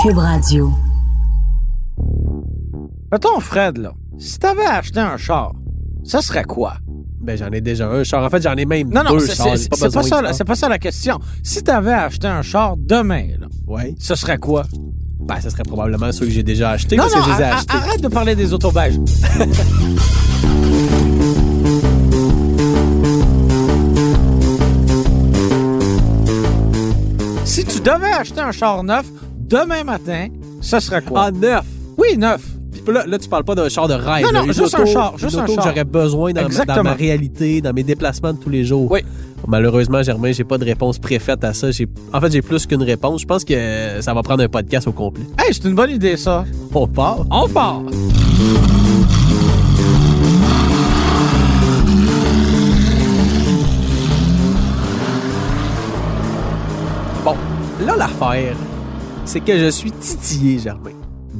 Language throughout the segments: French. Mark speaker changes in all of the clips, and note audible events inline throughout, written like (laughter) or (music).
Speaker 1: Cube Radio.
Speaker 2: Mettons, Fred, là, si t'avais acheté un char, ça serait quoi?
Speaker 3: Ben, j'en ai déjà un char. En fait, j'en ai même
Speaker 2: Non, non,
Speaker 3: deux
Speaker 2: c'est
Speaker 3: chars.
Speaker 2: c'est-
Speaker 3: J'ai
Speaker 2: c'est pas,
Speaker 3: besoin
Speaker 2: ça,
Speaker 3: de
Speaker 2: la-
Speaker 3: char.
Speaker 2: c'est pas ça la question. Si t'avais acheté un char demain, là,
Speaker 3: Ouais.
Speaker 2: ce serait quoi?
Speaker 3: Ben, ça serait probablement ceux que j'ai déjà achetés
Speaker 2: Non,
Speaker 3: parce
Speaker 2: non,
Speaker 3: que je les ai
Speaker 2: a- a-
Speaker 3: achetés.
Speaker 2: arrête de parler des autobèges. (laughs) si tu devais acheter un char neuf demain matin, ce serait quoi?
Speaker 3: En neuf.
Speaker 2: oui, neuf.
Speaker 3: Puis Là, là, tu parles pas d'un char de rêve.
Speaker 2: Non,
Speaker 3: là,
Speaker 2: non,
Speaker 3: une
Speaker 2: juste
Speaker 3: auto-
Speaker 2: un char,
Speaker 3: une
Speaker 2: juste un
Speaker 3: auto que
Speaker 2: char.
Speaker 3: j'aurais besoin dans ma, dans
Speaker 2: Exactement.
Speaker 3: ma réalité, dans mes déplacements de tous les jours.
Speaker 2: Oui.
Speaker 3: Malheureusement, Germain, j'ai pas de réponse préfaite à ça. J'ai- En fait, j'ai plus qu'une réponse. Je pense que ça va prendre un podcast au complet.
Speaker 2: Hey, c'est une bonne idée, ça.
Speaker 3: On part.
Speaker 2: On part.
Speaker 3: Ah, Bon, là, l'affaire, c'est que je suis titillé, Germain.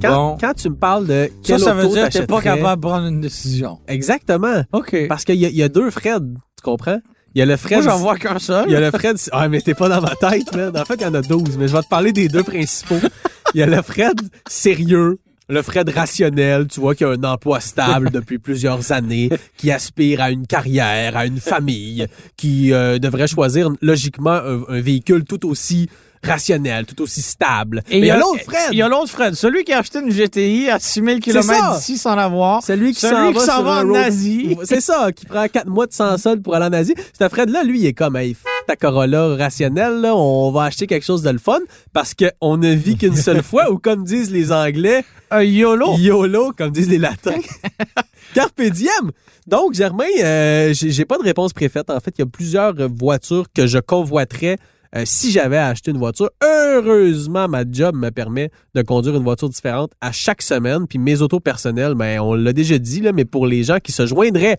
Speaker 3: Quand,
Speaker 2: Bon.
Speaker 3: quand tu me parles de
Speaker 2: Ça,
Speaker 3: quelle
Speaker 2: ça veut
Speaker 3: auto
Speaker 2: dire que t'es pas
Speaker 3: t'achèterais-
Speaker 2: capable de prendre une décision.
Speaker 3: Exactement.
Speaker 2: OK.
Speaker 3: (laughs) Parce qu'il y, a- il y a deux Fred, tu comprends? Il y a le
Speaker 2: Moi,
Speaker 3: Fred...
Speaker 2: j'en vois qu'un
Speaker 3: Il y a
Speaker 2: seul.
Speaker 3: le Fred... Ah, mais t'es pas dans ma tête, man. En fait, il y en a 12, mais je vais te parler des deux principaux. Il y a le Fred sérieux, le Fred rationnel, tu vois, qui a un emploi stable depuis plusieurs années, qui aspire à une carrière, à une famille, qui euh, devrait choisir logiquement un, un véhicule tout aussi rationnel, tout aussi stable.
Speaker 2: Et
Speaker 3: mais il y a l'autre Fred!
Speaker 2: Il y a l'autre Fred. Celui qui a acheté une GTI à 6000 km
Speaker 3: ça.
Speaker 2: d'ici sans l'avoir.
Speaker 3: Celui qui
Speaker 2: Celui
Speaker 3: s'en
Speaker 2: qui
Speaker 3: va,
Speaker 2: s'en
Speaker 3: sur
Speaker 2: va
Speaker 3: un
Speaker 2: en
Speaker 3: road-
Speaker 2: Asie.
Speaker 3: (laughs) C'est ça, qui prend quatre mois de sans solde pour aller en Asie. Cet Fred-là, lui, il est comme, hey, f- ta Corolla rationnelle, là, on va acheter quelque chose de le fun parce qu'on ne vit qu'une (laughs) seule fois ou comme disent les Anglais,
Speaker 2: Un YOLO.
Speaker 3: YOLO, comme disent
Speaker 2: (laughs)
Speaker 3: les Latins. Carpe diem. Donc, Germain, euh, j'ai j'ai pas de réponse préfaite. En fait, il y a plusieurs euh, voitures que je convoiterais euh, si j'avais acheté une voiture. Heureusement, ma job me permet de conduire une voiture différente à chaque semaine. Puis mes autos personnelles, ben, on l'a déjà dit, là, mais pour les gens qui se joindraient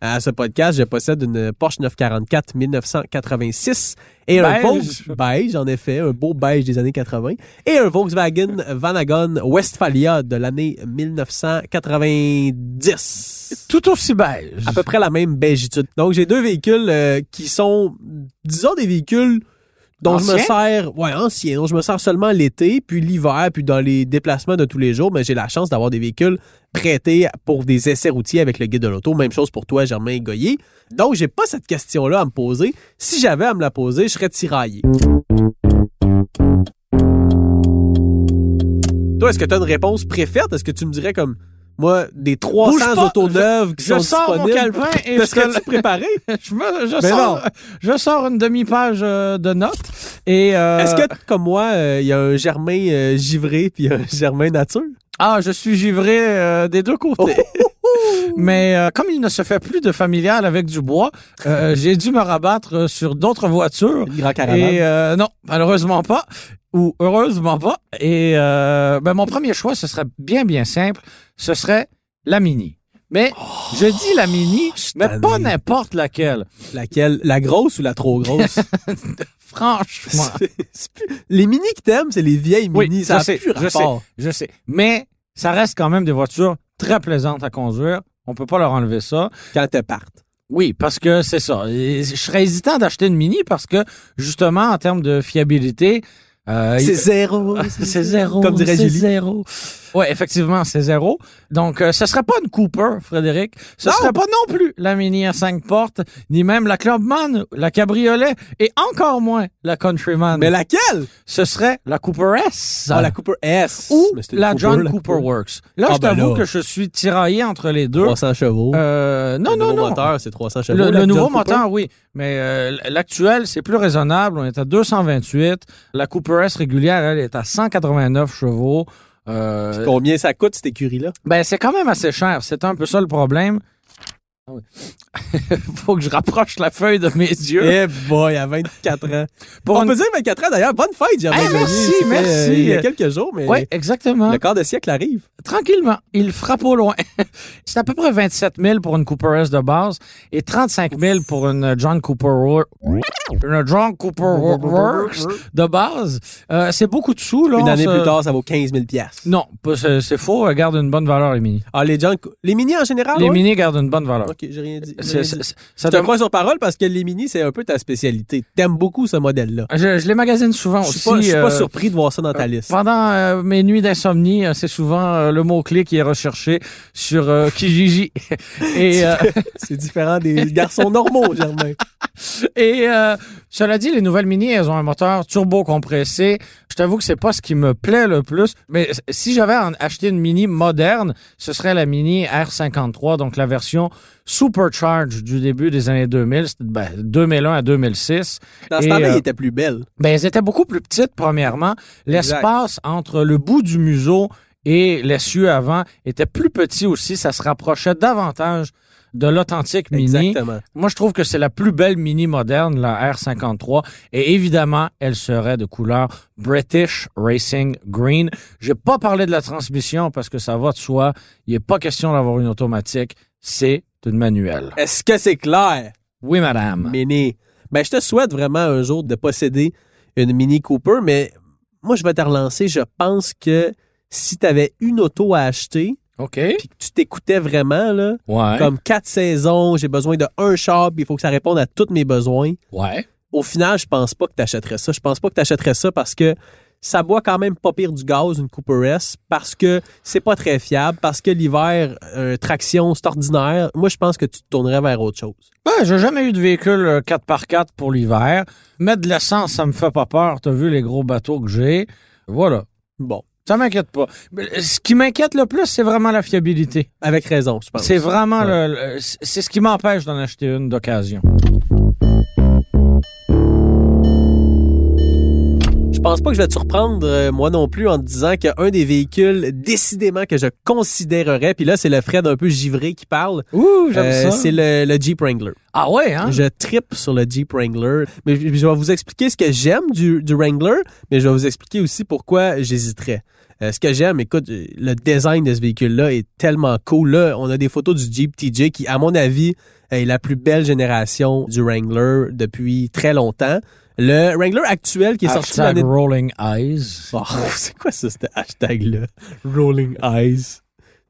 Speaker 3: à ce podcast, je possède une Porsche 944 1986 et un
Speaker 2: Beige.
Speaker 3: Volkswagen beige, en effet, un beau beige des années 80 et un Volkswagen Vanagon Westphalia de l'année 1990.
Speaker 2: Tout aussi beige.
Speaker 3: À peu près la même beigitude. Donc, j'ai deux véhicules euh, qui sont, disons, des véhicules dont je me
Speaker 2: Anciens?
Speaker 3: sers, ouais, anciens, dont je me sers seulement l'été, puis l'hiver, puis dans les déplacements de tous les jours, mais j'ai la chance d'avoir des véhicules prêtés pour des essais routiers avec le guide de l'auto. Même chose pour toi, Germain Goyer. Donc, j'ai pas cette question-là à me poser. Si j'avais à me la poser, je serais tiraillé. Toi, est-ce que tu as une réponse préférée? Est-ce que tu me dirais comme, moi, des 300
Speaker 2: Bouge pas,
Speaker 3: autos
Speaker 2: je-
Speaker 3: neuves qui
Speaker 2: Je
Speaker 3: sont
Speaker 2: sors mon
Speaker 3: disponibles?
Speaker 2: calepin et je
Speaker 3: Est-ce que
Speaker 2: te-
Speaker 3: tu préparé?
Speaker 2: (laughs) je, me- je
Speaker 3: Mais
Speaker 2: sors,
Speaker 3: non.
Speaker 2: je sors une demi-page euh, de notes. Et, euh,
Speaker 3: (laughs) Est-ce que, comme moi, euh, il y a un Germain euh, givré puis un (laughs) Germain nature?
Speaker 2: Ah, je suis givré euh, des deux côtés.
Speaker 3: Oh,
Speaker 2: (laughs) Mais euh, comme il ne se fait plus de familial avec du bois, euh, j'ai dû me rabattre euh, sur d'autres voitures.
Speaker 3: Une grand
Speaker 2: Et euh, non, malheureusement pas, ou heureusement pas. Et euh, ben, mon premier choix, ce serait bien, bien simple. Ce serait la Mini. Mais je dis la Mini, mais
Speaker 3: tanné.
Speaker 2: pas n'importe laquelle.
Speaker 3: Laquelle? La grosse ou la trop grosse?
Speaker 2: Franchement.
Speaker 3: (laughs) C'est- c'est plus- Les mini que t'aimes, c'est les vieilles
Speaker 2: Oui,
Speaker 3: mini.
Speaker 2: je
Speaker 3: ça a
Speaker 2: sais,
Speaker 3: plus
Speaker 2: je
Speaker 3: rapport.
Speaker 2: Je sais. Mais ça reste quand même des voitures très plaisantes à conduire. On peut pas leur enlever ça.
Speaker 3: Quand elles partent.
Speaker 2: Oui, parce que c'est ça. Et Je serais hésitant d'acheter une mini parce que, justement, en termes de fiabilité, euh,
Speaker 3: C'est
Speaker 2: il-
Speaker 3: (laughs) zéro.
Speaker 2: c'est zéro.
Speaker 3: Comme dirait
Speaker 2: c'est
Speaker 3: Julie.
Speaker 2: zéro. Oui, effectivement, c'est zéro. Donc, euh, ce serait pas une Cooper, Frédéric. Ce
Speaker 3: Non.
Speaker 2: serait pas non plus la Mini à cinq portes, ni même la Clubman, la Cabriolet, et encore moins la Countryman.
Speaker 3: Mais laquelle?
Speaker 2: Ce serait la Cooper S.
Speaker 3: Ah, la Cooper S.
Speaker 2: ou
Speaker 3: Mais c'était une
Speaker 2: la
Speaker 3: Cooper,
Speaker 2: John
Speaker 3: la
Speaker 2: Cooper Works. Là,
Speaker 3: Ah,
Speaker 2: je
Speaker 3: ben
Speaker 2: t'avoue
Speaker 3: là.
Speaker 2: que je suis tiraillé entre les deux.
Speaker 3: 300 chevaux.
Speaker 2: Euh, non,
Speaker 3: le
Speaker 2: non,
Speaker 3: nouveau
Speaker 2: non.
Speaker 3: moteur, c'est 300 chevaux.
Speaker 2: Le,
Speaker 3: la
Speaker 2: le
Speaker 3: John
Speaker 2: nouveau
Speaker 3: Cooper.
Speaker 2: moteur, oui. Mais euh, l'actuel, c'est plus raisonnable. On est à 228. La Cooper S régulière, elle est à 189 chevaux. Euh,
Speaker 3: Puis Combien ça coûte, cette écurie-là?
Speaker 2: ben, c'est quand même assez cher. C'est un peu ça le problème. (laughs) Ah oui. Faut que je rapproche la feuille de mes yeux.
Speaker 3: Eh boy, à 24 ans.
Speaker 2: Pour
Speaker 3: On
Speaker 2: une-
Speaker 3: peut dire 24 ans, d'ailleurs. Bonne fête, Germain.
Speaker 2: Eh,
Speaker 3: Meunier.
Speaker 2: merci,
Speaker 3: C'était, euh,
Speaker 2: merci.
Speaker 3: Il y a quelques jours, mais
Speaker 2: Ouais, exactement.
Speaker 3: le quart de siècle arrive.
Speaker 2: Tranquillement, il frappe au loin. (laughs) C'est à peu près 27 000 pour une Cooper S de base et 35 000 pour une John Cooper, Wor- une John Cooper Wor- Works de base. Euh, c'est beaucoup de sous. Là,
Speaker 3: Une
Speaker 2: on
Speaker 3: année
Speaker 2: se-
Speaker 3: plus tard, ça vaut 15 000 piastres.
Speaker 2: Non, pas- c'est c'est faux. Elles gardent euh, une bonne valeur, les mini.
Speaker 3: Ah, les John Coo- Les mini en général?
Speaker 2: Les
Speaker 3: ouais?
Speaker 2: mini gardent une bonne valeur.
Speaker 3: Ok, j'ai rien dit. j'ai
Speaker 2: C'est-
Speaker 3: rien
Speaker 2: c'est-
Speaker 3: dit.
Speaker 2: c'est-
Speaker 3: Je
Speaker 2: ça
Speaker 3: te
Speaker 2: demande-
Speaker 3: crois sur parole parce que les mini, c'est un peu ta spécialité. T'aimes beaucoup ce modèle-là.
Speaker 2: je, je les magasine souvent
Speaker 3: Je suis
Speaker 2: aussi.
Speaker 3: pas, je suis pas
Speaker 2: euh,
Speaker 3: surpris de voir ça dans ta liste.
Speaker 2: Pendant euh, mes nuits d'insomnie, euh, c'est souvent euh, le mot-clé qui est recherché sur euh, Kijiji. (laughs) et euh,
Speaker 3: C'est différent des
Speaker 2: (laughs)
Speaker 3: garçons normaux, Germain.
Speaker 2: et euh, cela dit, les nouvelles mini, elles ont un moteur turbo compressé. Je t'avoue que c'est pas ce qui me plaît le plus. Mais si j'avais à en acheter une mini moderne, ce serait la mini R53, donc la version supercharge du début des années 2000, c'était, ben, 2001 à 2006.
Speaker 3: Dans ce
Speaker 2: Et,
Speaker 3: temps-là,
Speaker 2: euh,
Speaker 3: il était plus belle.
Speaker 2: Ben, elles étaient beaucoup plus petites, premièrement.
Speaker 3: Exact.
Speaker 2: L'espace entre le bout du museau et l'essieu avant était plus petit aussi. Ça se rapprochait davantage de l'authentique mini.
Speaker 3: Exactement.
Speaker 2: Moi, je trouve que c'est la plus belle mini moderne, la R53. Et évidemment, elle serait de couleur British Racing Green. J'ai pas parlé de la transmission parce que ça va de soi. Il n'est pas question d'avoir une automatique. C'est une manuelle.
Speaker 3: Est-ce que c'est clair,
Speaker 2: Oui, madame.
Speaker 3: Mini? Ben, je te souhaite vraiment un jour de posséder une Mini Cooper, mais moi, je vais te relancer. Je pense que si tu avais une auto à acheter,
Speaker 2: OK.
Speaker 3: puis que tu t'écoutais vraiment, là,
Speaker 2: Ouais.
Speaker 3: comme quatre saisons, j'ai besoin de un char, puis il faut que ça réponde à tous mes besoins.
Speaker 2: Ouais.
Speaker 3: Au final, je pense pas que tu achèterais ça. Je pense pas que tu achèterais ça parce que ça boit quand même pas pire du gaz, une Cooper S, parce que c'est pas très fiable, parce que l'hiver, euh, traction, c'est ordinaire. Moi, je pense que tu te tournerais vers autre chose.
Speaker 2: Ben, j'ai jamais eu de véhicule euh, 4x4 pour l'hiver. Mettre de l'essence, ça me fait pas peur. T'as vu les gros bateaux que j'ai. Voilà.
Speaker 3: Bon,
Speaker 2: Ça m'inquiète pas. Mais, euh, Ce qui m'inquiète le plus, c'est vraiment la fiabilité.
Speaker 3: avec raison, je pense.
Speaker 2: C'est vraiment le- le- c'est- c'est ce qui m'empêche d'en acheter une d'occasion.
Speaker 3: Je pense pas que je vais te surprendre, euh, moi non plus, en te disant qu'un des véhicules, décidément, que je considérerais, puis là, c'est le Fred un peu givré qui parle,
Speaker 2: Ouh,
Speaker 3: euh, c'est le, le Jeep Wrangler.
Speaker 2: Ah ouais, hein?
Speaker 3: Je trippe sur le Jeep Wrangler. Mais je, je vais vous expliquer ce que j'aime du, du Wrangler, mais je vais vous expliquer aussi pourquoi j'hésiterais. Euh, ce que j'aime, écoute, euh, le design de ce véhicule-là est tellement cool. Là, on a des photos du Jeep TJ qui, à mon avis, est la plus belle génération du Wrangler depuis très longtemps. Le Wrangler actuel qui est sorti
Speaker 2: Hashtag
Speaker 3: l'année
Speaker 2: Rolling Eyes.
Speaker 3: Oh, (laughs) c'est quoi ça, ce hashtag-là? Rolling Eyes.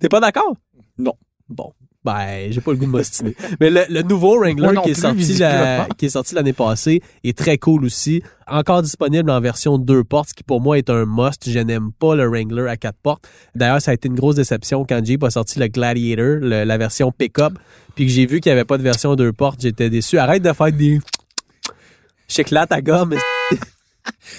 Speaker 3: T'es pas d'accord?
Speaker 2: Non.
Speaker 3: Bon. Ben, j'ai pas le goût de
Speaker 2: (laughs)
Speaker 3: m'ostiner. Mais le, le nouveau
Speaker 2: Moi
Speaker 3: Wrangler
Speaker 2: non
Speaker 3: qui est,
Speaker 2: plus,
Speaker 3: sorti la-
Speaker 2: visiblement.
Speaker 3: qui est sorti l'année passée est très cool aussi. Encore disponible en version deux portes, ce qui pour moi est un must. Je n'aime pas le Wrangler à quatre portes. D'ailleurs, ça a été une grosse déception quand Jeep a sorti le Gladiator, le- la version pick-up, puis que j'ai vu qu'il n'y avait pas de version deux portes. J'étais déçu. Arrête de faire
Speaker 2: (laughs)
Speaker 3: des... J'éclate à gomme.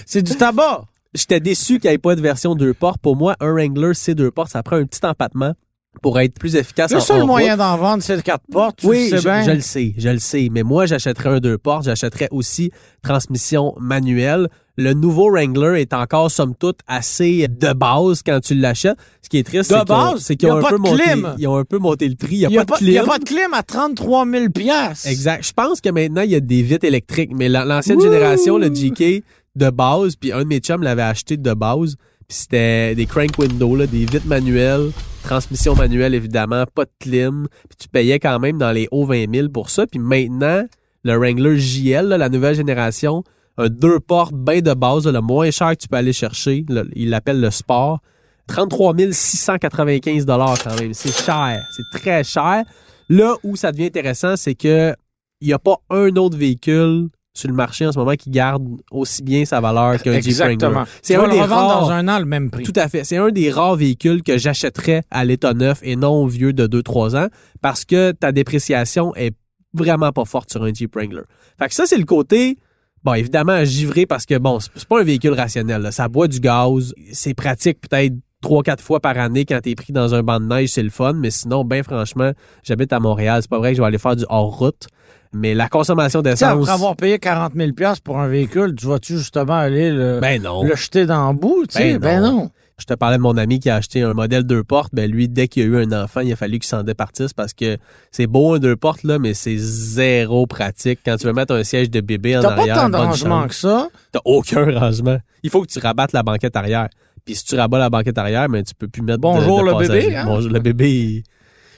Speaker 2: C'est du tabac.
Speaker 3: J'étais déçu qu'il n'y ait pas de version deux portes. Pour moi, un Wrangler, c'est deux portes. Ça prend un petit empattement pour être plus efficace en
Speaker 2: Le
Speaker 3: en
Speaker 2: seul
Speaker 3: route.
Speaker 2: moyen d'en vendre, c'est le 4 portes. Tu le
Speaker 3: oui,
Speaker 2: sais
Speaker 3: je,
Speaker 2: bien.
Speaker 3: je le sais, je le sais. Mais moi, j'achèterais un deux portes. J'achèterais aussi transmission manuelle. Le nouveau Wrangler est encore, somme toute, assez de base quand tu l'achètes. Ce qui est triste,
Speaker 2: De
Speaker 3: c'est qu'ils ont-
Speaker 2: base?
Speaker 3: c'est qu'ils
Speaker 2: Il y a
Speaker 3: ont un
Speaker 2: pas
Speaker 3: peu
Speaker 2: de
Speaker 3: monté,
Speaker 2: clim.
Speaker 3: ils ont un peu monté le prix. Il n'y a,
Speaker 2: Il y a,
Speaker 3: pas de
Speaker 2: pas- il y a
Speaker 3: clim.
Speaker 2: pas de clim à 33 000 piastres.
Speaker 3: Exact. Je pense que maintenant, il y a des vitres électriques, mais la- l'ancienne
Speaker 2: Wouh!
Speaker 3: génération, le GK de base, puis un de mes chums l'avait acheté de base, puis c'était des crank windows, là, des vitres manuelles, transmission manuelle évidemment, pas de clim, puis tu payais quand même dans les hauts 20 000 pour ça, puis maintenant, le Wrangler JL, là, la nouvelle génération, un deux portes bien de base, là, le moins cher que tu peux aller chercher, le- il l'appelle le Sport, 33 695 quand même. C'est cher. C'est très cher. Là où ça devient intéressant, c'est que il n'y a pas un autre véhicule sur le marché en ce moment qui garde aussi bien sa valeur qu'un Jeep Wrangler.
Speaker 2: Exactement.
Speaker 3: C'est
Speaker 2: Tu vas
Speaker 3: un
Speaker 2: le
Speaker 3: des
Speaker 2: revendre
Speaker 3: rares.
Speaker 2: dans un an le même prix.
Speaker 3: Tout à fait. C'est un des rares véhicules que j'achèterais à l'état neuf et non au vieux de 2-3 ans parce que ta dépréciation est vraiment pas forte sur un Jeep Wrangler. Fait que ça, c'est le côté, bon, évidemment, givré parce que, bon, c'est c'est pas un véhicule rationnel. là. Ça boit du gaz, c'est pratique peut-être 3-4 fois par année quand t'es pris dans un banc de neige, c'est le fun, mais sinon, ben franchement, j'habite à Montréal, c'est pas vrai que je vais aller faire du hors-route, mais la consommation
Speaker 2: Tu sais,
Speaker 3: d'essence...
Speaker 2: après avoir payé 40 000 piastres pour un véhicule, tu vas-tu justement aller le,
Speaker 3: Ben non.
Speaker 2: le jeter dans le bout? tu sais? Ben
Speaker 3: Ben non.
Speaker 2: non.
Speaker 3: Je te parlais de mon ami qui a acheté un modèle deux portes. Ben lui, dès qu'il a eu un enfant, il a fallu qu'il s'en départisse parce que c'est beau un deux portes, là, mais c'est zéro pratique. Quand tu veux mettre un siège de bébé en
Speaker 2: T'as pas
Speaker 3: arrière,
Speaker 2: tant de
Speaker 3: bonne
Speaker 2: rangement
Speaker 3: chance.
Speaker 2: que ça.
Speaker 3: T'as aucun rangement. Il faut que tu rabattes la banquette arrière. Puis si tu rabats la banquette arrière, ben tu peux plus mettre de-
Speaker 2: Bonjour,
Speaker 3: de
Speaker 2: le
Speaker 3: passager.
Speaker 2: bébé, hein?
Speaker 3: Bonjour le bébé. il-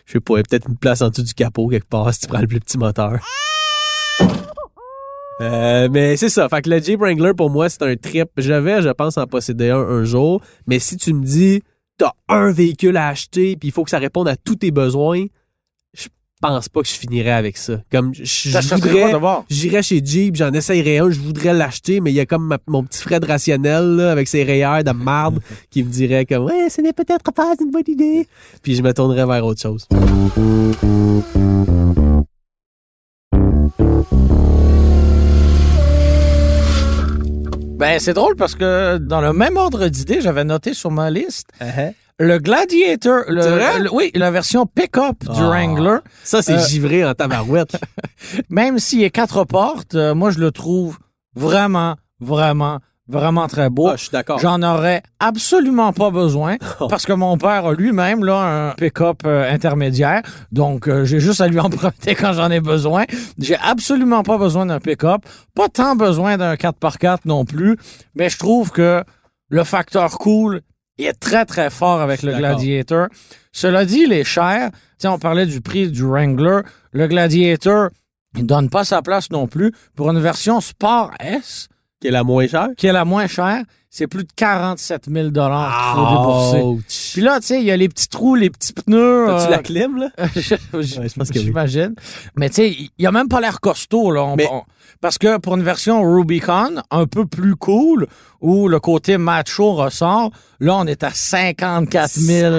Speaker 3: Je sais pas, il y a peut-être une place en dessous du capot quelque part si tu prends le plus petit moteur. Euh, mais c'est ça. Fait que le Jeep Wrangler, pour moi, c'est un trip. Je vais, je pense, en posséder un un jour. Mais si tu me dis, t'as un véhicule à acheter, puis il faut que ça réponde à tous tes besoins, je pense pas que je finirais avec ça. Comme je, je
Speaker 2: T'achèterais
Speaker 3: voudrais-
Speaker 2: pas de bord.
Speaker 3: J'irais chez Jeep, j'en essayerais un, je voudrais l'acheter, mais il y a comme ma- mon petit Fred rationnel là, avec ses rayères de (laughs) marde qui me dirait comme Ouais, ce n'est peut-être pas une bonne idée. Puis je me tournerais vers autre chose.
Speaker 2: Ben, c'est drôle parce que dans le même ordre d'idée, j'avais noté sur ma liste
Speaker 3: Uh-huh.
Speaker 2: le Gladiator. Le,
Speaker 3: C'est vrai?
Speaker 2: le- oui, la version pick-up du
Speaker 3: Ah.
Speaker 2: Wrangler.
Speaker 3: Ça, c'est
Speaker 2: Euh,
Speaker 3: givré en (laughs) tabarouette.
Speaker 2: Même s'il est quatre portes, euh, moi, je le trouve vraiment, vraiment, vraiment très beau.
Speaker 3: Ah, je suis d'accord.
Speaker 2: J'en aurais absolument pas
Speaker 3: (laughs)
Speaker 2: besoin parce que mon père a lui-même là un pick-up euh, intermédiaire, donc euh, j'ai juste à (laughs) lui emprunter quand j'en ai besoin. J'ai absolument pas besoin d'un pick-up, pas tant besoin d'un 4x4 non plus, mais je trouve que le facteur cool il est très très fort avec
Speaker 3: Je suis
Speaker 2: le
Speaker 3: d'accord.
Speaker 2: Gladiator. Cela dit, il est cher. Tiens, on parlait du prix du Wrangler, le Gladiator, il donne pas sa place non plus pour une version Sport S
Speaker 3: Qui est la moins chère?
Speaker 2: qui est la moins chère, c'est plus de 47 000 dollars
Speaker 3: Ah.
Speaker 2: qu'il faut débourser.
Speaker 3: Ouch.
Speaker 2: Puis là, tu sais, il y a les petits trous, les petits pneus.
Speaker 3: T'as-tu
Speaker 2: euh, (laughs)
Speaker 3: la clim, là?
Speaker 2: je-
Speaker 3: Ouais, je pense que oui.
Speaker 2: J'imagine. Mais tu sais, il il a même pas l'air costaud, là. On-
Speaker 3: Mais-
Speaker 2: on- parce que pour une version Rubicon, un peu plus cool, où le côté macho ressort, là, on est à 54 000.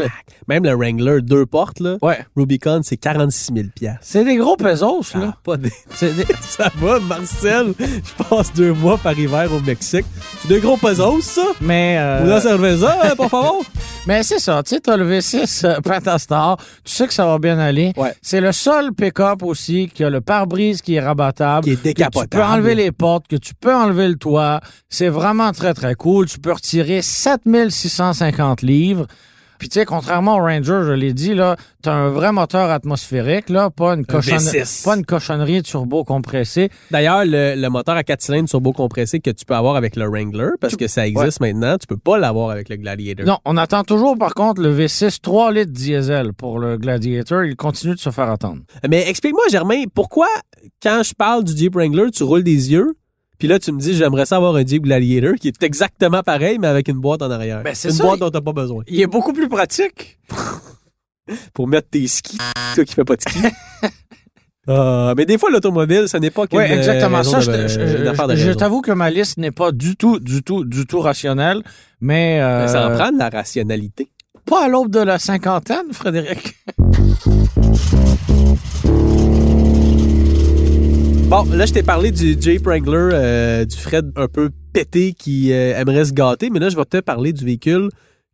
Speaker 3: Même le Wrangler, deux portes, là.
Speaker 2: Ouais.
Speaker 3: Rubicon, c'est 46 000 piastres.
Speaker 2: C'est des gros pesos,
Speaker 3: Ça,
Speaker 2: là.
Speaker 3: a (laughs) pas de-
Speaker 2: C'est des-
Speaker 3: ça va, Marcel? Je passe deux mois par hiver au Mexique. C'est de gros pesos, ça?
Speaker 2: Mais. euh,
Speaker 3: Vous en servez ça, hein, pour favor?
Speaker 2: Mais c'est ça, tu sais, t'as le V6 euh, (laughs) Pentastar, tu sais que ça va bien aller.
Speaker 3: Ouais.
Speaker 2: C'est le seul pick-up aussi qui a le pare-brise qui est rabattable.
Speaker 3: Qui est
Speaker 2: que
Speaker 3: décapotable.
Speaker 2: Tu peux enlever les portes, que tu peux enlever le toit. C'est vraiment très, très cool. Tu peux retirer 7650 livres. Puis tu sais, contrairement au Ranger, je l'ai dit, là, t'as un vrai moteur atmosphérique, là, pas une, cochonnerie,
Speaker 3: V6.
Speaker 2: pas une cochonnerie turbo compressée.
Speaker 3: (laughs) D'ailleurs, le, le moteur à 4 cylindres turbo-compressé que tu peux avoir avec le Wrangler, parce que ça existe maintenant, tu peux pas l'avoir avec le Gladiator.
Speaker 2: Non, on attend toujours, par contre, le V6 3 litres diesel pour le Gladiator. Il continue de se faire attendre.
Speaker 3: Mais explique-moi, Germain, pourquoi, quand je parle du Jeep Wrangler, tu roules des yeux, puis là, tu me dis, j'aimerais ça avoir un Jeep Gladiator qui est exactement pareil, mais avec une boîte en arrière.
Speaker 2: Ben, c'est
Speaker 3: une
Speaker 2: ça,
Speaker 3: boîte
Speaker 2: il-
Speaker 3: dont t'as pas besoin.
Speaker 2: Il est beaucoup plus pratique.
Speaker 3: Pour mettre tes skis, toi qui fais pas
Speaker 2: (laughs)
Speaker 3: de skis. Ah, mais des fois, l'automobile, ce n'est pas qu'une
Speaker 2: Oui, exactement.
Speaker 3: euh,
Speaker 2: Ça, je,
Speaker 3: raison de-
Speaker 2: je-
Speaker 3: une affaire de
Speaker 2: je- je
Speaker 3: raison.
Speaker 2: t'avoue que ma liste n'est pas du tout, du tout, du tout rationnelle, mais euh,
Speaker 3: Ben, Ça en prend de la rationalité.
Speaker 2: pas à l'aube de la cinquantaine, Frédéric.
Speaker 3: Bon, là, je t'ai parlé du Jeep Wrangler, euh, du Fred un peu pété qui euh, aimerait se gâter, mais là, je vais te parler du véhicule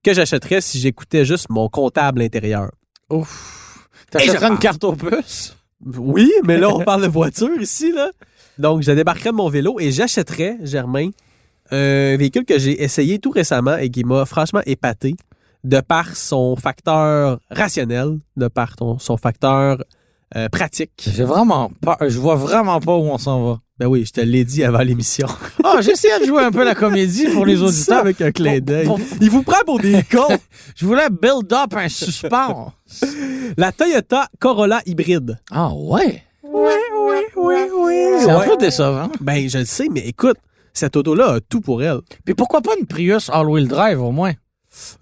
Speaker 3: que j'achèterais si j'écoutais juste mon comptable intérieur.
Speaker 2: Ouf.
Speaker 3: Et je Ah.
Speaker 2: T'achèterais
Speaker 3: pars.
Speaker 2: une carte aux puces?
Speaker 3: Oui, mais là, on parle de voiture ici, là. Donc, je débarquerais de mon vélo et j'achèterais, Germain, un véhicule que j'ai essayé tout récemment et qui m'a franchement épaté de par son facteur rationnel, de par ton- son facteur euh, pratique.
Speaker 2: J'ai vraiment peur. Je vois vraiment pas où on s'en va.
Speaker 3: Ben oui, je te l'ai dit avant l'émission.
Speaker 2: Ah, j'essayais de jouer un peu la comédie pour
Speaker 3: (laughs)
Speaker 2: les
Speaker 3: Il dit
Speaker 2: auditeurs.
Speaker 3: ça avec un clin d'œil.
Speaker 2: Pour-
Speaker 3: Il vous prend
Speaker 2: (laughs)
Speaker 3: pour des cons.
Speaker 2: Je voulais build up un suspens.
Speaker 3: La Toyota Corolla hybride.
Speaker 2: Ah ouais?
Speaker 3: Oui, oui, oui, oui.
Speaker 2: C'est un peu décevant.
Speaker 3: Ben, je le sais, mais écoute, cette auto-là a tout pour elle.
Speaker 2: Puis pourquoi pas une Prius all-wheel drive au moins?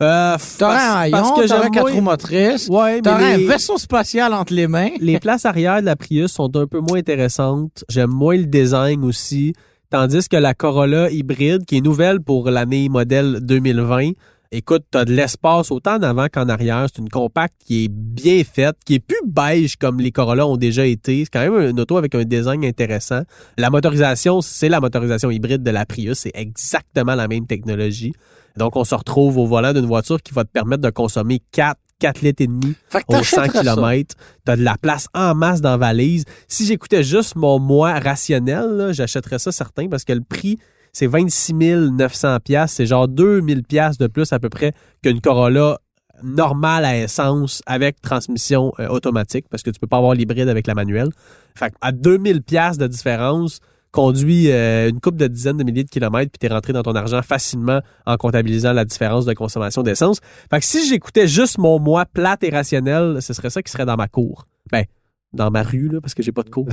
Speaker 3: Euh,
Speaker 2: T'aurais
Speaker 3: parce-
Speaker 2: un
Speaker 3: parce
Speaker 2: haillon, t'aurais
Speaker 3: que j'aime
Speaker 2: quatre
Speaker 3: moins-
Speaker 2: roues motrices,
Speaker 3: Ouais,
Speaker 2: t'aurais
Speaker 3: mais les,
Speaker 2: un vaisseau spatial entre les mains.
Speaker 3: (laughs) les places arrière de la Prius sont un peu moins intéressantes. J'aime moins le design aussi. Tandis que la Corolla hybride, qui est nouvelle pour l'année modèle 2020, écoute, t'as de l'espace autant en avant qu'en arrière. C'est une compacte qui est bien faite, qui est plus beige comme les Corolla ont déjà été. C'est quand même une auto avec un design intéressant. La motorisation, c'est la motorisation hybride de la Prius. C'est exactement la même technologie. Donc, on se retrouve au volant d'une voiture qui va te permettre de consommer 4, 4 litres et demi
Speaker 2: Fait que (laughs)
Speaker 3: aux 100
Speaker 2: t'achèterais ça.
Speaker 3: km. T'as de la place en masse dans la valise. Si j'écoutais juste mon moi rationnel, là, j'achèterais ça certain parce que le prix, c'est 26 900 pièces, C'est genre 2000 pièces de plus à peu près qu'une Corolla normale à essence avec transmission euh, automatique parce que tu peux pas avoir l'hybride avec la manuelle. Fait que à 2000 pièces de différence, conduis euh, une coupe de dizaines de milliers de kilomètres puis t'es rentré dans ton argent facilement en comptabilisant la différence de consommation d'essence. Fait que si j'écoutais juste mon moi plate et rationnel, ce serait ça qui serait dans ma cour. Ben, dans ma rue, là, parce que j'ai pas
Speaker 2: (laughs)
Speaker 3: de cour.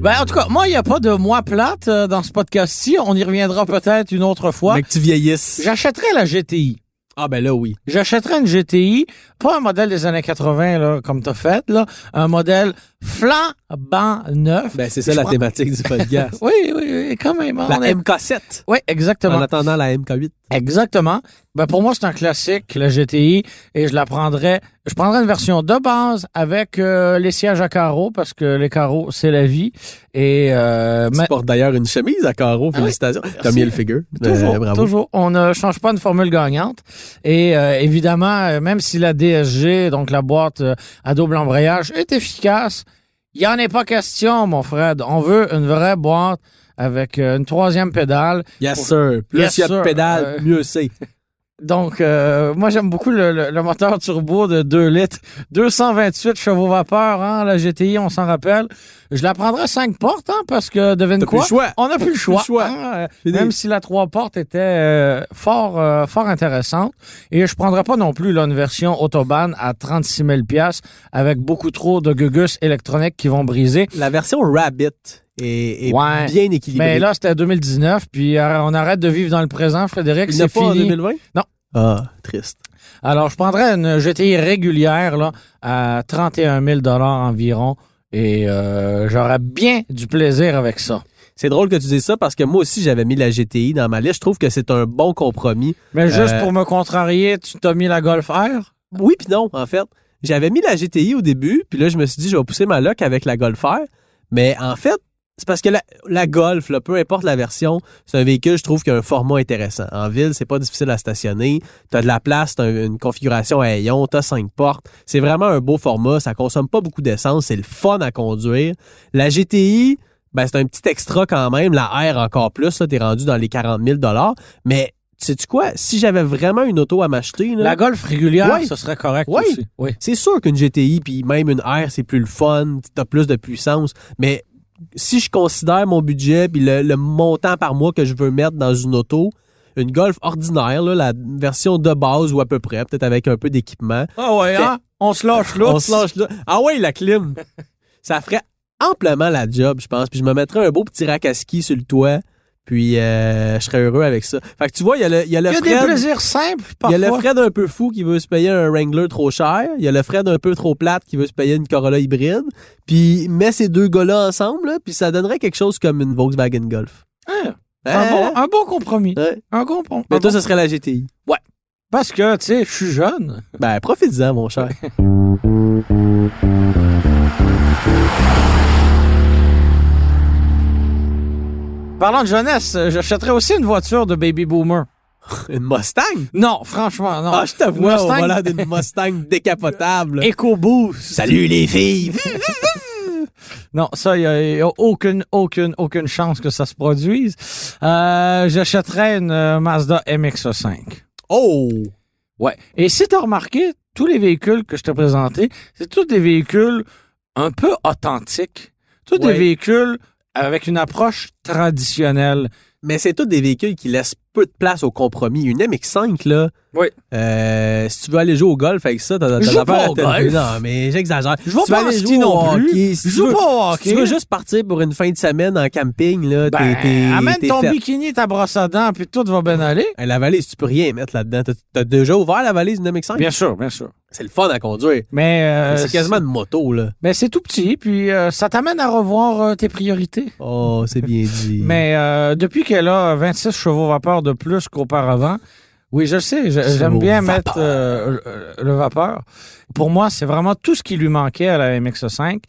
Speaker 2: Ben, en tout cas, moi, il n'y a pas de moi plate euh, dans ce podcast-ci. On y reviendra peut-être une autre fois.
Speaker 3: Mais que tu vieillisses.
Speaker 2: J'achèterais la GTI.
Speaker 3: Ah, ben là, oui.
Speaker 2: J'achèterais une GTI, pas un modèle des années 80 là, comme t'as fait, là, un modèle flambant neuf.
Speaker 3: Ben, c'est ça la
Speaker 2: Je-
Speaker 3: thématique du podcast.
Speaker 2: Oui, oui, oui, quand même. hein, (laughs)
Speaker 3: la
Speaker 2: on est-
Speaker 3: MK7.
Speaker 2: Oui,
Speaker 3: En
Speaker 2: exactement.
Speaker 3: attendant la MK8.
Speaker 2: Exactement. Ben pour moi, c'est un classique, la GTI, et je la prendrais. Je prendrais une version de base avec euh, les sièges à carreaux, parce que les carreaux, c'est la vie. Et euh,
Speaker 3: Tu
Speaker 2: ma-
Speaker 3: portes d'ailleurs une chemise à carreaux.
Speaker 2: Ah
Speaker 3: Félicitations. T'as mis le figure.
Speaker 2: toujours,
Speaker 3: Euh, bravo.
Speaker 2: toujours, on ne change pas une formule gagnante. Et euh, évidemment, euh, même si la DSG, donc la boîte euh, à double embrayage, est efficace, il n'y en est pas question, mon Fred. On veut une vraie boîte avec euh, une troisième pédale
Speaker 3: Yes, sir. Plus
Speaker 2: Yes,
Speaker 3: il y a de
Speaker 2: sir.
Speaker 3: pédale,
Speaker 2: Euh,
Speaker 3: mieux c'est.
Speaker 2: Donc, euh, moi, j'aime beaucoup le, le- le moteur turbo de 2 litres. 228 chevaux vapeur, hein, la GTI, on s'en rappelle. Je la prendrais 5 portes, hein, parce que, devine
Speaker 3: T'as plus
Speaker 2: quoi?
Speaker 3: le choix.
Speaker 2: On n'a plus le choix.
Speaker 3: choix.
Speaker 2: hein, euh,
Speaker 3: Fini.
Speaker 2: même si la 3 portes était euh, fort, euh, fort intéressante. Et je prendrais pas non plus là, une version Autobahn à 36 000 avec beaucoup trop de gugus électroniques qui vont briser.
Speaker 3: La version Rabbit est, est
Speaker 2: Ouais.
Speaker 3: bien équilibrée.
Speaker 2: Mais là, c'était 2019, puis euh, on arrête de vivre dans le présent, Frédéric.
Speaker 3: il n'y en
Speaker 2: C'est
Speaker 3: a pas en
Speaker 2: fini.
Speaker 3: 2020?
Speaker 2: Non.
Speaker 3: Ah, triste.
Speaker 2: Alors, je prendrais une GTI régulière là, à 31 000 environ et euh, j'aurais bien du plaisir avec ça.
Speaker 3: C'est drôle que tu dises ça parce que moi aussi, j'avais mis la GTI dans ma liste. Je trouve que c'est un bon compromis.
Speaker 2: Mais juste
Speaker 3: Euh,
Speaker 2: pour me contrarier, tu t'as mis la Golf R?
Speaker 3: Oui, puis non, en fait. J'avais mis la GTI au début, puis là, je me suis dit, je vais pousser ma loc avec la Golf R. Mais en fait, c'est parce que la, la Golf, là, peu importe la version, c'est un véhicule, je trouve, qui a un format intéressant. En ville, c'est pas difficile à stationner. T'as de la place, t'as une configuration à hayon, t'as cinq portes. C'est vraiment un beau format. Ça consomme pas beaucoup d'essence. C'est le fun à conduire. La GTI, ben, c'est un petit extra quand même. La R encore plus, là, t'es rendu dans les 40 000 Mais, sais-tu quoi? Si j'avais vraiment une auto à m'acheter, là.
Speaker 2: La Golf régulière,
Speaker 3: Ouais.
Speaker 2: ce serait correct
Speaker 3: Ouais.
Speaker 2: aussi. Oui.
Speaker 3: C'est sûr qu'une GTI puis même une R, c'est plus le fun, t'as plus de puissance, mais si je considère mon budget puis le, le montant par mois que je veux mettre dans une auto, une Golf ordinaire, là, la version de base ou à peu près, peut-être avec un peu d'équipement,
Speaker 2: Ah ouais,
Speaker 3: hein?
Speaker 2: on se lâche là.
Speaker 3: on se lâche là. Ah ouais,
Speaker 2: (laughs)
Speaker 3: la clim! Ça ferait amplement la job, je pense. Puis je me mettrais un beau petit rack à ski sur le toit, puis euh, je serais heureux avec ça. Fait que tu vois, il y a le, il y a le
Speaker 2: Il y a
Speaker 3: Fred-
Speaker 2: des plaisirs simples
Speaker 3: il y
Speaker 2: parfois.
Speaker 3: a le Fred un peu fou qui veut se payer un Wrangler trop cher. Il y a le Fred un peu trop plate qui veut se payer une Corolla hybride. Puis mets ces deux gars-là ensemble, là, puis ça donnerait quelque chose comme une Volkswagen Golf.
Speaker 2: Hein?
Speaker 3: Hein?
Speaker 2: un, bon, un bon compromis.
Speaker 3: Ouais.
Speaker 2: Un bon compromis.
Speaker 3: Mais toi, ce serait la GTI.
Speaker 2: Parce que, tu sais, je suis jeune.
Speaker 3: Ben, profite-en,
Speaker 2: (laughs)
Speaker 3: mon cher.
Speaker 2: Parlant de jeunesse, euh, j'achèterais aussi une voiture de baby boomer.
Speaker 3: Une Mustang?
Speaker 2: Non, franchement, non.
Speaker 3: Ah, je te vois au
Speaker 2: Mustang-
Speaker 3: volant d'une Mustang
Speaker 2: (laughs)
Speaker 3: décapotable.
Speaker 2: EcoBoost.
Speaker 3: Salut les filles!
Speaker 2: Non, ça, il n'y a, aucune, aucune, aucune chance que ça se produise. Euh, J'achèterais une euh, Mazda MX-5.
Speaker 3: oh!
Speaker 2: Ouais. Et si tu as remarqué, tous les véhicules que je t'ai présentés, c'est tous des véhicules un peu authentiques. Tous
Speaker 3: Ouais.
Speaker 2: des véhicules avec une approche traditionnelle.
Speaker 3: Mais c'est tous des véhicules qui laissent peu de place au compromis. Une MX5, là.
Speaker 2: Oui.
Speaker 3: euh, si tu veux aller jouer au golf avec ça, t'as t'as
Speaker 2: Je joue
Speaker 3: affaire
Speaker 2: pas
Speaker 3: à
Speaker 2: au
Speaker 3: tel-
Speaker 2: golf.
Speaker 3: Non, mais j'exagère.
Speaker 2: Je vais
Speaker 3: Tu vas
Speaker 2: pas en
Speaker 3: aller
Speaker 2: ski
Speaker 3: jouer au
Speaker 2: non plus.
Speaker 3: hockey,
Speaker 2: Je
Speaker 3: si tu
Speaker 2: joue
Speaker 3: veux-
Speaker 2: pas au
Speaker 3: Si tu veux
Speaker 2: hockey.
Speaker 3: juste partir pour une fin de semaine en camping, là,
Speaker 2: Ben,
Speaker 3: t'es- t'es.
Speaker 2: amène
Speaker 3: t'es
Speaker 2: ton
Speaker 3: fait.
Speaker 2: bikini, ta brosse à dents, puis tout va bien aller.
Speaker 3: Hey, La valise, tu peux rien mettre là-dedans. T'as- T'as déjà ouvert la valise d'une MX5?
Speaker 2: Bien sûr, bien sûr.
Speaker 3: C'est le fun à conduire.
Speaker 2: Mais euh,
Speaker 3: c'est quasiment une moto, là.
Speaker 2: Mais Ben, c'est tout petit, puis euh, ça t'amène à revoir euh, tes priorités.
Speaker 3: Oh, c'est bien dit.
Speaker 2: (laughs) Mais euh, depuis qu'elle a 26 chevaux vapeur de plus qu'auparavant, oui, je sais, je-
Speaker 3: Chevaux
Speaker 2: j'aime bien
Speaker 3: vapeur.
Speaker 2: mettre euh, le, le vapeur. Pour moi, c'est vraiment tout ce qui lui manquait à la MX-5.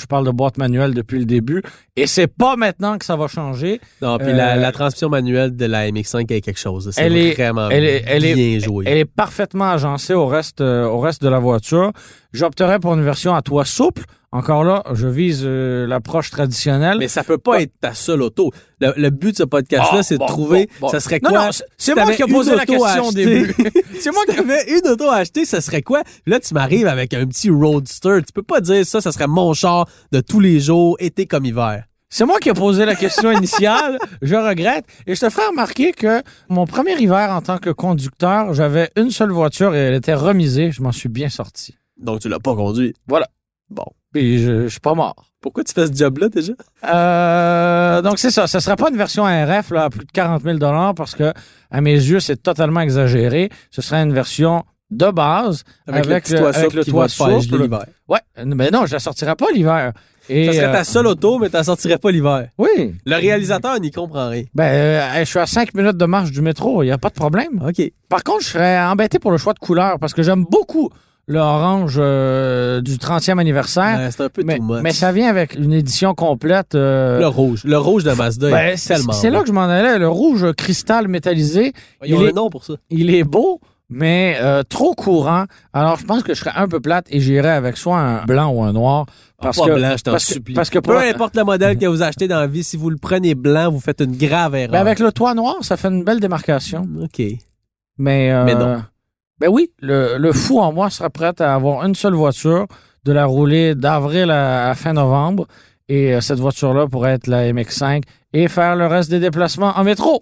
Speaker 2: Je parle de boîte manuelle depuis le début, et c'est pas maintenant que ça va changer.
Speaker 3: Non, puis la,
Speaker 2: euh,
Speaker 3: la transmission manuelle de la MX5 est quelque chose. C'est
Speaker 2: Elle est-
Speaker 3: vraiment
Speaker 2: elle est- elle est-
Speaker 3: bien joué.
Speaker 2: Elle est parfaitement agencée au reste, euh, au reste de la voiture. J'opterais pour une version à toit souple. Encore là, je vise euh, l'approche traditionnelle.
Speaker 3: Mais ça peut pas être ta seule auto. Le, le but de ce podcast-là,
Speaker 2: Ah,
Speaker 3: c'est
Speaker 2: bon,
Speaker 3: de trouver,
Speaker 2: bon, bon.
Speaker 3: ça serait
Speaker 2: Non,
Speaker 3: quoi?
Speaker 2: non, c'est- c'est
Speaker 3: Si
Speaker 2: moi
Speaker 3: t'avais
Speaker 2: qui ai
Speaker 3: une
Speaker 2: posé la
Speaker 3: auto à
Speaker 2: question au
Speaker 3: acheter, (laughs)
Speaker 2: début. (laughs)
Speaker 3: c'est moi qui avais une auto à acheter, ça serait quoi? Là, tu m'arrives avec un petit roadster. Tu peux pas dire ça, ça serait mon char de tous les jours, été comme hiver.
Speaker 2: C'est moi qui ai posé la question initiale, je regrette. Et je te ferai remarquer que mon premier hiver en tant que conducteur, j'avais une seule voiture et elle était remisée. Je m'en suis bien sorti.
Speaker 3: Donc, tu l'as pas conduit.
Speaker 2: Puis je, je suis pas mort.
Speaker 3: Pourquoi tu fais ce job-là déjà?
Speaker 2: Euh, donc, c'est ça. Ce ne sera pas une version RF là, à plus de 40 000 parce que, à mes yeux, c'est totalement exagéré. Ce sera une version de base
Speaker 3: Avec,
Speaker 2: avec,
Speaker 3: le petit toit
Speaker 2: euh, avec
Speaker 3: souple
Speaker 2: le
Speaker 3: qui
Speaker 2: toit
Speaker 3: va te faire geler
Speaker 2: souple.
Speaker 3: l'hiver.
Speaker 2: Ouais, mais non, je la sortirai pas l'hiver. Et,
Speaker 3: Ça serait
Speaker 2: euh,
Speaker 3: ta seule auto, mais t'en sortirais pas l'hiver.
Speaker 2: Oui.
Speaker 3: Le réalisateur n'y comprend rien.
Speaker 2: Ben, euh, je suis à 5 minutes de marche du métro, il n'y a pas de problème.
Speaker 3: OK.
Speaker 2: Par contre, je serais embêté pour le choix de couleur parce que j'aime beaucoup le orange euh, du 30e anniversaire.
Speaker 3: Euh, c'est un peu
Speaker 2: mais,
Speaker 3: too much.
Speaker 2: mais ça vient avec une édition complète. euh,
Speaker 3: Le rouge. Le rouge de Mazda
Speaker 2: ben,
Speaker 3: est
Speaker 2: c'est
Speaker 3: tellement.
Speaker 2: c'est là que je m'en allais. Le rouge cristal métallisé,
Speaker 3: bon. Ils ont
Speaker 2: il
Speaker 3: un
Speaker 2: est-
Speaker 3: nom pour ça.
Speaker 2: il est beau, mais euh, trop courant. Alors, je pense que je serais un peu plate et j'irais avec soit un blanc ou un noir. Parce
Speaker 3: Ah, pas
Speaker 2: que,
Speaker 3: blanc, je t'en
Speaker 2: parce que-
Speaker 3: supplie.
Speaker 2: parce que pour-
Speaker 3: Peu
Speaker 2: (laughs)
Speaker 3: importe le modèle que vous achetez dans la vie, si vous le prenez blanc, vous faites une grave erreur.
Speaker 2: Ben, avec le toit noir, ça fait une belle démarcation.
Speaker 3: OK.
Speaker 2: Mais, euh,
Speaker 3: Mais non.
Speaker 2: Ben oui, le, le fou en moi sera prêt à avoir une seule voiture, de la rouler d'avril à, à fin novembre. Et euh, cette voiture-là pourrait être la MX5 et faire le reste des déplacements en métro.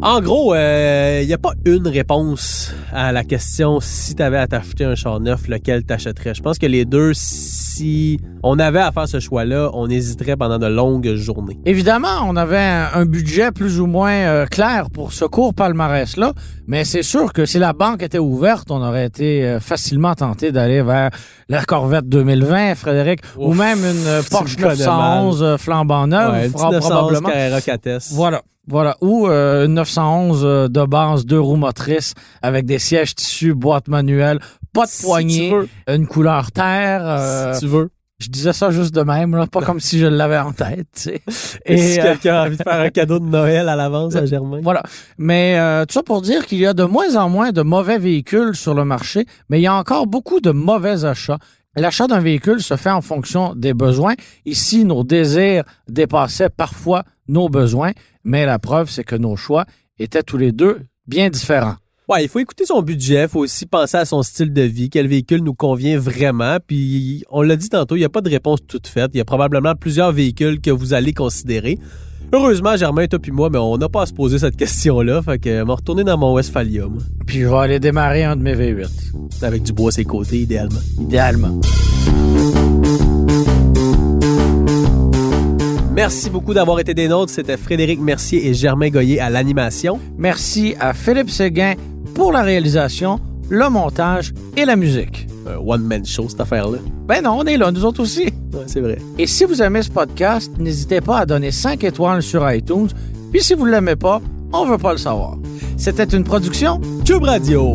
Speaker 3: En gros, euh, il n'y a pas une réponse à la question si tu avais à t'acheter un char neuf, lequel t'achèterais. Je pense que les deux, si on avait à faire ce choix-là, on hésiterait pendant de longues journées.
Speaker 2: Évidemment, on avait un, un budget plus ou moins euh, clair pour ce court palmarès-là, mais c'est sûr que si la banque était ouverte, on aurait été euh, facilement tenté d'aller vers la Corvette 2020, Frédéric, ou
Speaker 3: Ouf,
Speaker 2: même une euh,
Speaker 3: tu
Speaker 2: Porsche
Speaker 3: me connais mal.
Speaker 2: 911 euh, flambant neuve,
Speaker 3: Ouais, le
Speaker 2: fera
Speaker 3: 1911
Speaker 2: probablement.
Speaker 3: Carrera Catès.
Speaker 2: Voilà. Voilà. Ou euh, une 911 euh, de base, deux roues motrices, avec des sièges tissus, boîte manuelle, pas de
Speaker 3: Si
Speaker 2: poignée,
Speaker 3: tu veux.
Speaker 2: une couleur terre. euh,
Speaker 3: si tu veux.
Speaker 2: Je disais ça juste de même, là, pas comme si je l'avais en tête. tu sais.
Speaker 3: Et si
Speaker 2: Et, euh,
Speaker 3: quelqu'un a envie de faire un cadeau de Noël à l'avance
Speaker 2: (laughs)
Speaker 3: à Germain.
Speaker 2: Voilà. Mais euh, tout ça pour dire qu'il y a de moins en moins de mauvais véhicules sur le marché, mais il y a encore beaucoup de mauvais achats. L'achat d'un véhicule se fait en fonction des besoins. Ici, nos désirs dépassaient parfois nos besoins, mais la preuve, c'est que nos choix étaient tous les deux bien différents.
Speaker 3: Ouais, il faut écouter son budget, il faut aussi penser à son style de vie, quel véhicule nous convient vraiment. Puis on l'a dit tantôt, il n'y a pas de réponse toute faite. Il y a probablement plusieurs véhicules que vous allez considérer. Heureusement, Germain, toi puis moi, mais on n'a pas à se poser cette question-là. Fait que euh, m'a retourné dans mon Westphalia, moi.
Speaker 2: Puis je vais aller démarrer un de mes V8,
Speaker 3: Avec du bois à ses côtés, idéalement.
Speaker 2: idéalement.
Speaker 3: Merci beaucoup d'avoir été des nôtres. C'était Frédéric Mercier et Germain Goyer à l'animation.
Speaker 2: Merci à Philippe Séguin pour la réalisation, le montage et la musique.
Speaker 3: Un one-man show, cette affaire-là.
Speaker 2: Ben non, on est là, nous autres aussi.
Speaker 3: Ouais, c'est vrai.
Speaker 2: Et si vous aimez ce podcast, n'hésitez pas à donner 5 étoiles sur iTunes. Puis si vous ne l'aimez pas, on veut pas le savoir. C'était une production
Speaker 3: Cube Radio!